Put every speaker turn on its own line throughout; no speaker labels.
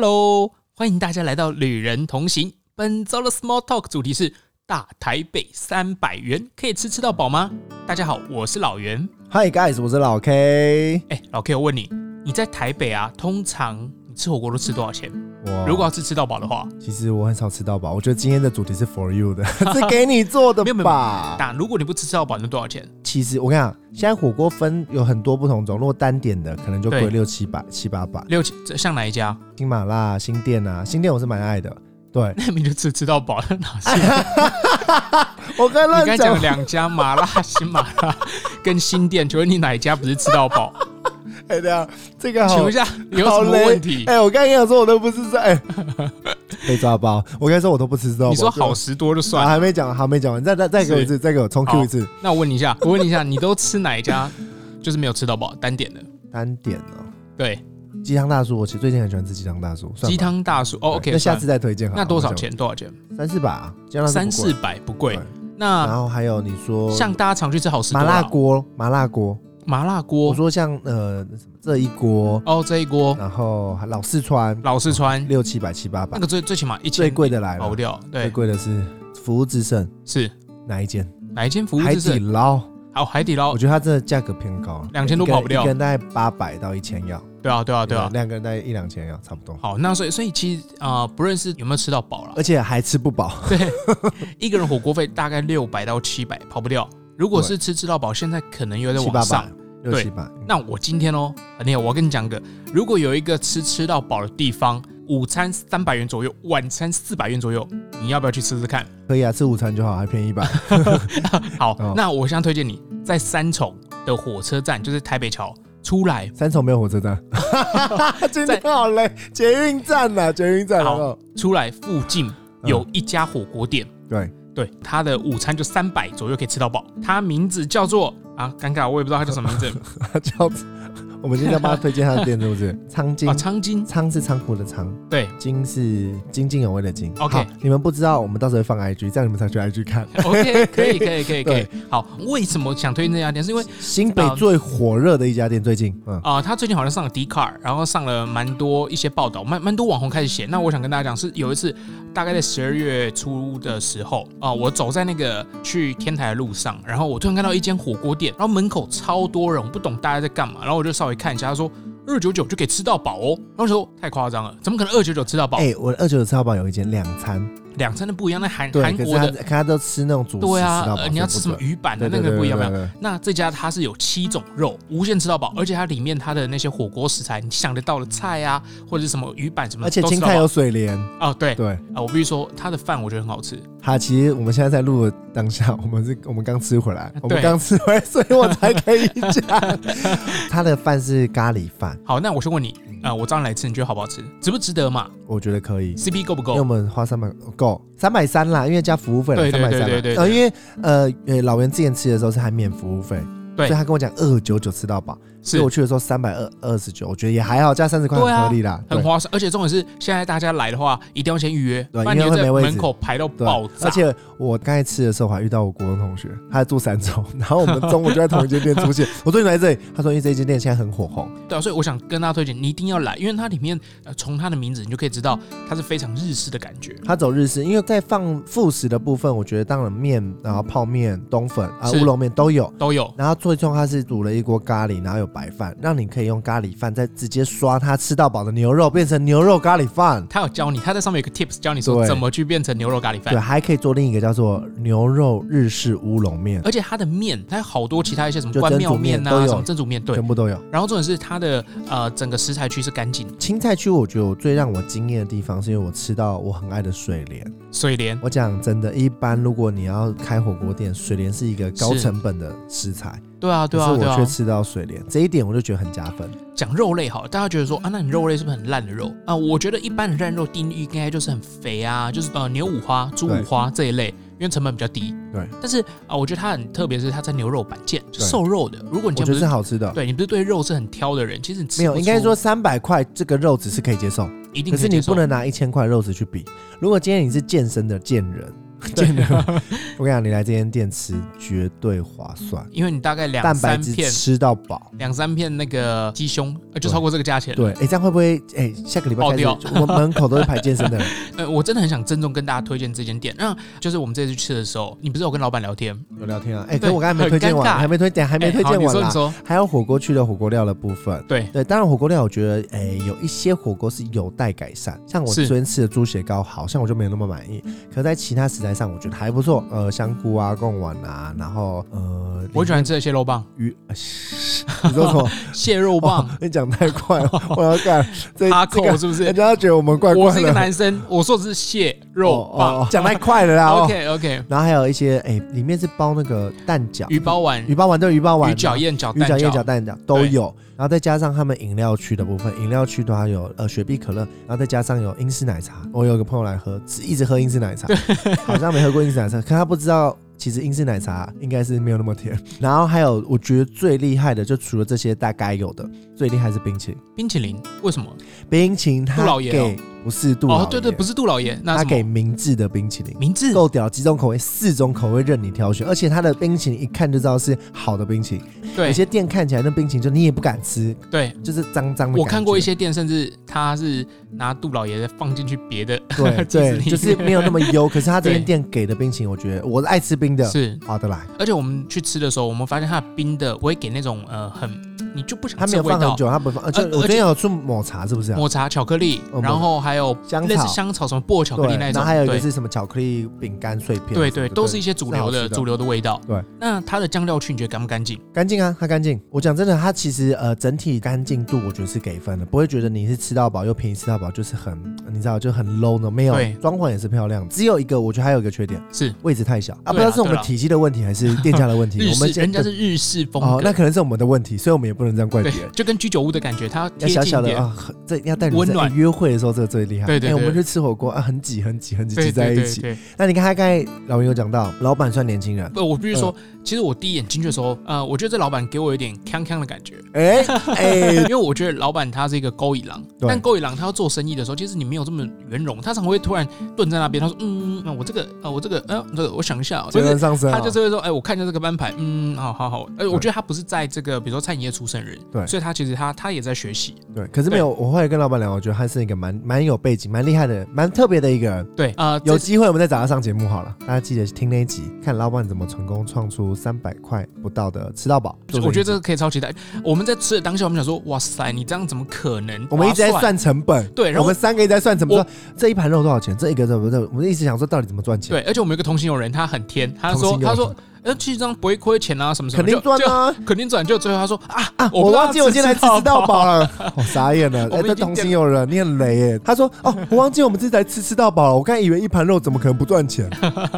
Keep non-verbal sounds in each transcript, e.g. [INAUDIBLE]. Hello，欢迎大家来到旅人同行。本周的 Small Talk 主题是大台北三百元可以吃吃到饱吗？大家好，我是老袁。
Hi guys，我是老 K。
哎，老 K，我问你，你在台北啊，通常你吃火锅都吃多少钱？
我
如果要吃吃到饱的话，
其实我很少吃到饱，我觉得今天的主题是 for you 的， [LAUGHS] 是给你做的
[LAUGHS] 没有没有
吧？
打如果你不吃吃到饱，你多少钱？
其实我跟你讲，现在火锅分有很多不同种，如果单点的可能就
对
贵六七百、七八百。
六千？这像哪一家？ [LAUGHS]
新马辣、新店啊，新店我是蛮爱的。对
那你就吃吃到饱了，
[LAUGHS]
哪是？你
我刚才
刚才讲了
乱讲，
两家麻辣、新麻辣跟新店，请问你哪一家不是吃到
[LAUGHS]
饱？
[LAUGHS] 哎，对啊，这个好
请问一下，有
好
什么
雷
问
[LAUGHS]
题？
哎，我刚才跟你讲说，我都不吃在哎被抓包，我刚哦才说我都不吃到饱。
你说好
就
食多就算
啊
了。
还没讲完，还没讲完，再再再给我一次，再给我重 Q 一次。
那我问你一下， [LAUGHS] 我问你一下，你都吃哪一家？就是没有吃到饱单点的，
单点哦，
对，
鸡汤大叔，我其实最近很喜欢吃鸡汤大叔，算吧
鸡汤大叔。
对
哦，OK，
那下
算
次
了
再推荐好了。
那多少
我想？
钱？多少钱？
三四百啊，鸡汤大叔
三
不贵
四。百不贵
对。
那
然后还有你说
像大家常去吃好食多
麻
啊
辣锅，麻辣锅，
麻辣
我
锅
说像呃什么这一锅，
哦，这一锅
然后老四川
老四川
六七百七八百
那，个最最起码一千
嗯最贵的来
跑不
了，
掉，
最
对，
贵的是服务之圣
是
哪一间？
哪一间服务哦
海
之
底
是？
捞，嗯
还有海底捞
我，觉得它真的价格偏高，啊
2000都
一个
跑不掉
一个人大概八百到一千要，
对啊，对啊，对啊。
两个人大概一两千要差不多，
好，那所以所以其实啊，呃不论是有没有吃到饱了
而，且还吃不饱，
对，一个人火锅费大概六百到七百，跑不掉。如果是吃吃到饱，现在可能又在
七
往
八
上
百。，六
对
七百，嗯
那我今天哦，很厉害，我要跟你讲个，如果有一个吃吃到饱的地方，午餐三百元左右，晚餐四百元左右，你要不要去吃吃看？
可以啊，吃午餐就好，还便宜一
[LAUGHS]
百。
好，
哦
那我先推荐你在三重的火车站，就是台北桥出来，
三重没有火
[LAUGHS]
车站，今天好嘞，捷运站呐，捷运站
好
好不好？
出来附近
嗯
有一家火锅店，
对， [LAUGHS]
对，它的午餐就三百左右可以吃到饱，它名字叫做啊，尴尬，我也不知道它叫什么
[LAUGHS]
名字
它叫我们今天帮他推荐他的店，是
[LAUGHS]
不是？苍
啊，
金，
苍金，
苍是仓库的仓，
对，
[LAUGHS] 金是津津有味的津。
OK
好你们不知道，我们到时候会放 IG，这样你们才去 IG 看。
OK，可以，可以，可以，可以
对。
好，为什么想推荐这家店？是因为
新北最火热的一家店，最近，嗯，
啊、他最近好像上了 d c a r 然后上了蛮多一些报道，蛮蛮多网红开始写。那我想跟大家讲，是有一次大概在十二月初的时候啊、我走在那个去天台的路上，然后我突然看到一间火锅店，然后门口超多人，我不懂大家在干嘛，然后我就稍微看一下，他说二九九就可以吃到饱哦。然后我说太夸张了，怎么可能二九九吃到饱？
哎，我的二九九吃到饱有一间两餐，
两餐都不一样，那韩
对，
韩
可是
国
他
的
可他都吃那种主食，
对
吃
啊
到，饱
呃，你要吃什么？鱼板的
对
那个不一样，没啊有？？
对对对对对
那这家它是有七种肉，无限吃到
嗯
饱，而且它里面它的那些火锅食材，你想得到的菜啊，或者是什么鱼板什么，
而且
嗯都
青
吃到
菜
饱
有水莲，
哦，对啊、
对。
我必须说它的饭我觉得很好吃，
好，其实我们现在在录的当下， [LAUGHS] 我们是我们刚吃回来，我们
对
刚吃回来，所以我才可以讲。他的饭是咖喱饭，
好，那我先问你，
嗯
呃，我这样来吃，你觉得好不好吃？值不值得嘛
我觉得可以，
？CP 够不
因为
够？
我们花三百够三百三啦，因为加服务费
对
了
对
三百三
对对对对
啦。呃，因为呃呃，老袁之前吃的时候是还免服务费，
对
所以他跟我讲二九九吃到饱，所
是
以我去的时候三百二二十九，我觉得也还好，加三十块
对啊
很合理啦，
很
对
划算，而且重点是现在大家来的话，一定要先预约，不
对
然你
因为
会
会
在
没位置
门口排到
对
爆，炸。
而且我刚才吃的时候，我还遇到我国文同学，他在住三重， [LAUGHS] 然后我们中午就在同一间店出
[LAUGHS]
现。我说你来这里，他说因为这间店现在很火红，
对啊，所以我想跟大家推荐，你一定要来，因为它里面呃，从它的名字你就可以知道
嗯
它是非常日式的感觉。
他走日式，因为在放副食的部分，我觉得当然面，然后泡面、冬粉啊、
是
乌龙面都有。
都有，
然后最重要，它是煮了一锅咖喱，然后有白饭，让你可以用咖喱饭再直接刷它吃到饱的牛肉，变成牛肉咖喱饭。
他有教你，他在上面有个 tips 教你说
对
怎么去变成牛肉咖喱
对，
饭，
还可以做另一个叫做牛肉日式乌龙面，
而且它的面，它有好多其他一些什么
就
关庙
蒸煮面
面
都
啊，
有
什么蒸煮面，对
全。部都有。
然后重点是它的呃整个食材区是干净的，
青菜区，我觉得我最让我惊艳的地方，是因为我吃到我很爱的水莲。
水莲
我讲真的，一般如果你要开火锅店，水莲是一个高成本的食材，
对啊对
可
啊
是
对
我
啊哦
却。吃到水莲，这一点我就觉得很加分。
讲肉类好了，大家觉得说啊，那你肉类是不是很烂的肉
嗯
啊？我觉得一般的烂肉定义应该就是很肥啊，就是呃牛五花、猪五花这一类，因为成本比较低。
对。
但是啊，我觉得它很特别，是它在牛肉板腱，是
对
瘦肉的。如果你今
我觉
天
得
不
是
是
好吃的。
对你不是对肉是很挑的人，其实你吃
没有，
不
应该
出
说三百块这个肉质是可以接受，
一定
可
以
是你
接受 [LAUGHS]
不能拿一千块肉质去比。如果今天你是健身的健人，见面会。我跟你讲，你来这间店吃绝对划算，
因为你大概两
蛋白
三
质
片，
吃到饱。
两三片那个鸡胸，呃就超过这个价钱了。
对，哎、这样会不会？哎、下个礼拜
爆
开始，
掉
我们门口都是排健身的人。
呃，我真的很想郑重跟大家推荐这间店。那就是我们这次去吃的时候，你不是有跟老板聊天？
有聊天啊？哎、
对
可我刚才没
很
推荐
尴尬
完，还没推荐，还没推
哎好
荐
你
完啦。嗯
说你说，
还有火锅区的火锅料的部分。
对，
对，当然火锅料，我觉得，哎、有一些火锅是有待改善。像我
是
昨天吃的猪血糕，好像我就没有那么满意。可在其他食材上，我觉得还不错。呃，香菇啊，贡丸啊，然后呃，
我喜欢吃的蟹肉棒、
鱼。你说
[LAUGHS]
什么？
蟹肉棒、
你讲太快了，我要干这
哈
哦这
扣，
个，
是不是
人？家觉得我们怪
我
怪
是一个
的。
男生，我说的是蟹肉
哦哦
棒
哦。讲太快了啦。哦
OK OK，
然后还有一些，哎，里面是包那个蛋饺，
鱼包丸、
鱼包丸对鱼包丸，啊
鱼饺、燕饺、
鱼
哦蛋
饺、燕饺、
饺，
蛋饺都有，然后再加上他们饮料区的部分，饮料区的话有呃雪碧、可乐，然后再加上有英式奶茶。我有个朋友来喝，只一直喝英式奶茶， [LAUGHS] 好像没喝过英式奶茶，可他不知道。其实英式奶茶应该是没有那么甜，然后还有我觉得最厉害的，就除了这些大概有的，最厉害是冰淇淋。
冰淇淋为什么？
冰淇淋
杜
它
老爷哦
给不是杜老爷，
哦，对对，不是杜老爷，那
他
什
给
么？
明治的冰淇淋，
明治
够屌，几种口味，四种口味任你挑选，而且它的冰淇淋一看就知道是好的冰淇淋。有
对
些店看起来那冰淇淋就你也不敢吃，
对，
就是脏脏的感觉。
我看过一些店，甚至他是拿杜老爷放进去别的， [LAUGHS]
对
其实
对，
你
就是没有那么优。可是他这
对
间店给的冰淇淋，我觉得我是爱吃冰的，
是。
划得来。
而且我们去吃的时候，我们发现它的冰的，我会给那种呃很，你就不想
他
吃
没
的
有
味
放
道
很，久，他不放，而且
呃
我
而
昨
且
天有出抹茶，是不是啊？
抹茶、巧克力
哦，
然后还有
香
类似
草
香草什么薄荷巧克
对，
力那
然
种，
后还有一个
对
是什么巧克力饼干碎片什么
对
的，
对，都是一些主流
是好
的
吃的
主流的味道。
对，
那它的酱料区你觉得干不干净？
干净啊，它干净。我讲真的，它其实呃整体干净度我觉得是给分的，不会觉得你是吃到饱又便宜吃到饱，就是很你知道就很 low 呢。没有
对，
装潢也是漂亮。只有一个，我觉得还有一个缺点，
是
位置太小
对啊
啊，不知道是我们
对啊
体积的问题还是店家的问
[LAUGHS]
题。
日
我
式
们，
人家
的
是日式风
哦，那
格，
可能是我们的问题，所以我们也不能这样怪别
对
人，。
就跟居酒屋的感觉，它要
要
贴
小
近
小
一
的
点。
啊，很这要带你
温
在
暖
约会的时候，这个最厉害。
对对
哎我们
对
去吃火锅啊，很挤很挤很挤，
对
挤在
对
一
对
起。
对，
那你看他刚才老云有讲到，老板算年
[LAUGHS]
轻人，
不，我必须说，
嗯
其实我第一眼进去的时候，呃，我觉得这老板给我有点康康的感觉，
哎哎，
因为我觉得老板他是一个勾引狼，
对
但勾引狼他要做生意的时候，其实你没有这么圆融，他常会突然顿在那边，他说，嗯，那我这个，呃，我这个，呃，这个，我想一下哦，
结
不是
论上升啊
他就是会说，哎、我看一下这个班牌，嗯，好好好，哎、我觉得他不是在这个，比如说餐饮业出身的人，
对
所以他其实他他也在学习，
对，可是没有，我后来跟老板聊，我觉得他是一个蛮蛮有背景、蛮厉害的、蛮特别的一个人。
对，呃，
有
这
机会我们再找他上节目好了，大家记得听那一集，看老板怎么成功创出三百块不到的吃到饱。做
我觉得这
生
个
意
可以超期待。我们在吃的当下，我们想说，哇塞，你这样怎么可能？
我们一直在
划算，
算成本，
对，然
我
后
们三个一直在算成本，
我
说这一盘肉多少钱，这一个怎么怎么，我们一直想说到底怎么赚钱。
对，而且我们有一个同行友人，他很天，他
同
说
行友
他
人
说，呃，其实这样不会亏钱啊，什么什么，
肯定赚
就就
啊！
肯定赚。就最后他说啊
啊，
我
我忘记我今天来吃吃到饱
了，
了， [LAUGHS] 我傻眼了。
[LAUGHS] 我
哎，
们已
这
经
同行有人，你很雷耶。他说：“哦，我忘记我们这才吃吃到饱了。我刚以为一盘肉怎么可能不赚
[LAUGHS]
钱？”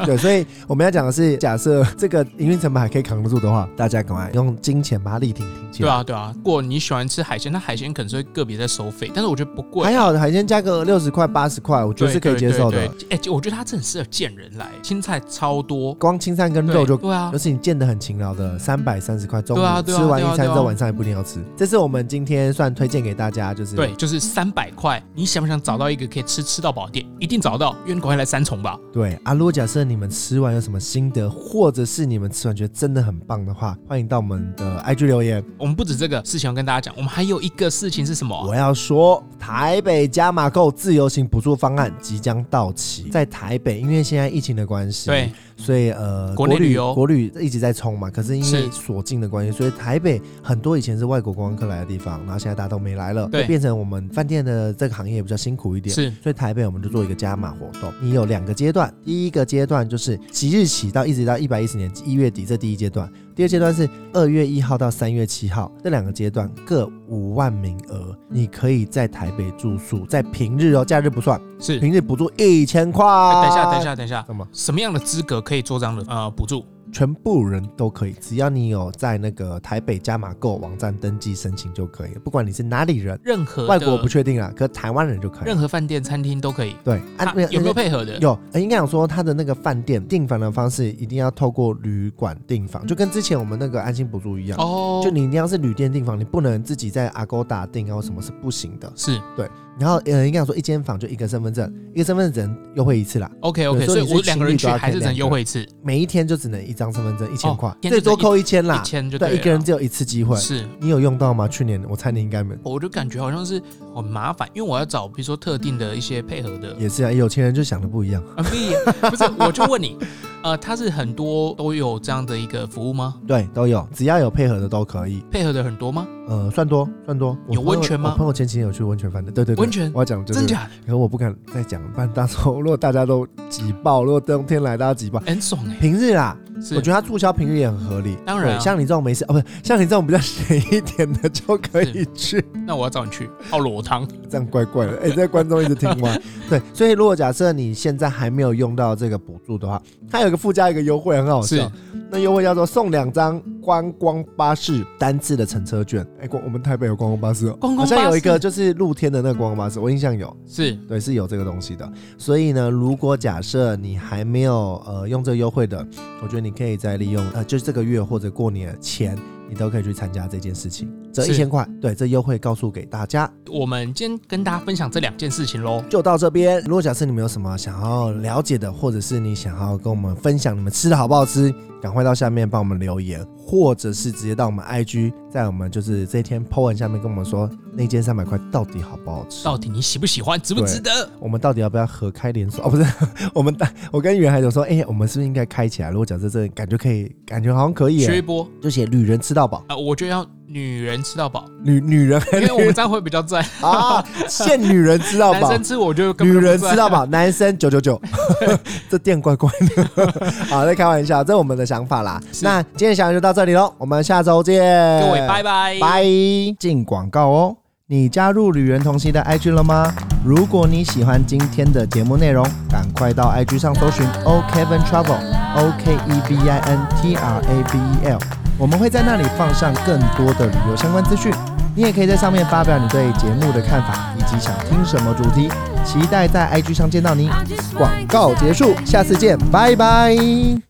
对，所以我们要讲的是，假设这个营运成本还可以扛得住的话，大家赶快用金钱把它力挺挺起
对
来。
啊对啊。如果你喜欢吃海鲜，那海鲜可能是会个别在收费，但是我觉得不贵。
还好海鲜加个六十块、八十块，我觉
对
哎得是可以接受的。。
哎、就我觉得他真的很适合见人来，青菜超多，
光青菜跟
对
肉就
对啊
尤，其你见得很勤劳的，三百三十块，中午
对啊对啊
吃完
对啊
一餐之
对啊
后，晚上也不一定要吃。这是我们今天算推荐给大家，就是
对，就是三百块，你想不想找到一个可以吃吃到饱的店？
嗯
一定找到，因为你赶快来三重吧。
对啊，如果假设你们吃完有什么心得，或者是你们吃完觉得真的很棒的话，欢迎到我们的 IG 留言。
我们不止这个事情要跟大家讲，我们还有一个事情是什么
我？要说，台北加码购自由行补助方案即将到期，在台北，因为现在疫情的关系，
对，
所以呃，
国内旅
旅
游
国旅一直在冲嘛，可是因为
是
所境的关系，所以台北很多以前是外国观光客来的地方，然后现在大家都没来了，
对
就变成我们饭店的这个行业比较辛苦一点。
是
所以台北我们就做一个加码活动，你有两个阶段，第一个阶段就是即日起到一直到一百一十年一月底，这第一阶段；第二阶段是二月一号到三月七号，这两个阶段各五万名额，你可以在台北住宿，在平日哦，假日不算，
是。
平日补助一千块。
哎
等
等一下，等一，下，等一下，
啊什么？
什么样的资格可以做这样的呃补助？
全部人都可以，只要你有在那个台北加码购网站登记申请就可以了，不管你是哪里人，
任何的
外国我不确定啊，可台湾人就可以
呃任。何饭店、餐厅都可以。
对，
啊有没有配合的？
有，呃应该讲说他的那个饭店订房的方式一定要透过旅馆订房，就跟之前我们那个安心补助一样。
嗯哦，
就你一定要是旅店订房，你不能自己在阿勾达订啊或什么是不行的。
是
对，然后呃，应该讲说一间房就一个身份证，一个身份证只能优惠一次啦，
OK OK，
有时
所
候
以
你
我
是
两个人去
情侣都要
还是只能
两个
优惠一次，
每一天就只能一张身份证，一千
哦
块，
天
最
只能
多
一
扣一千啦
一。千就
对，一个
了
人只有一次机会。
是。
你有用到吗？去年我猜你应该没，
我就感觉好像是很麻烦，因为我要找比如说特定的一些配合的
也是啊，有钱人就想的不一样。
啊，屁不是， [LAUGHS] 我就问你，呃，它是很多都有这样的一个服务吗？
对，都有，只要有配合的都可以。
配合的很多吗？
呃，算多算多。我
有
朋友
温泉吗
我朋友前几天有去温泉饭店，对对对，
温泉
我要讲的就是
真假的？
可我不敢再讲，不然到时候如 [LAUGHS] 果大家都挤爆，如果冬天来大家挤爆，
很爽哎、
平日啦，
是，
我觉得他促销平日也很合理。
当然啊
对像你这种没事哦，不是像你这种比较 [LAUGHS] 闲一点的就可以去，
那我要找你去泡裸汤，
这样怪怪的。哎、这观众一直听
[LAUGHS]
吗？对，所以如果假设你现在还没有用到这个补助的话，它有一个附加一个优惠，很好
是
笑。那优惠叫做送两张观光巴士单次的乘车券。哎、光我们台北有观光巴士哦，
观光
好像
巴
有一
士
个就是露天的那个观光巴士，我印象有。
是
对，是有这个东西的。所以呢，如果假设你还没有呃用这个优惠的，我觉得你可以再利用呃，就是这个月或者过年前，你都可以去参加这件事情，折
是
一千块。对，这优惠告诉给大家，
我们今天跟大家分享这两件事情喽。
就到这边。如果假设你们有什么想要了解的，或者是你想要跟我们分享你们吃的好不好吃，赶快到下面帮我们留言，或者是直接到我们 IG，在我们就是这一天 po 文下面跟我们说那间三百块到底好不好吃。
到底你喜不喜欢，值不值得？
我们到底要不要合开连锁？哦，不是， [LAUGHS] 我们大我跟袁海总说，哎、我们是不是应该开起来？如果假设这感觉可以，感觉好像可以
缺一
耶，
波
就写女人吃到饱，
啊、我觉得要女人吃到
[LAUGHS]
饱，
女女人
因为我们这样会比较
[LAUGHS]
赞。
啊，限女人吃到
男
饱
生。吃我就根
女
本就不
人
赞
吃到
[LAUGHS]
饱，男生九九九， [LAUGHS] 这店怪怪的。
[LAUGHS]
好，在开玩笑，这是我们的想法啦。
是
那今天的想法就到这里喽，我们下周见，
各位拜拜。
拜。进广告哦，你加入旅人同行的 IG 了吗？如果你喜欢今天的节目内容，赶快到 IG 上搜寻 O Kevin Travel O K E V I N T R A V E L，我们会在那里放上更多的旅游相关资讯。你也可以在上面发表你对节目的看法，以及想听什么主题。期待在 IG 上见到你。广告结束，下次见，拜拜。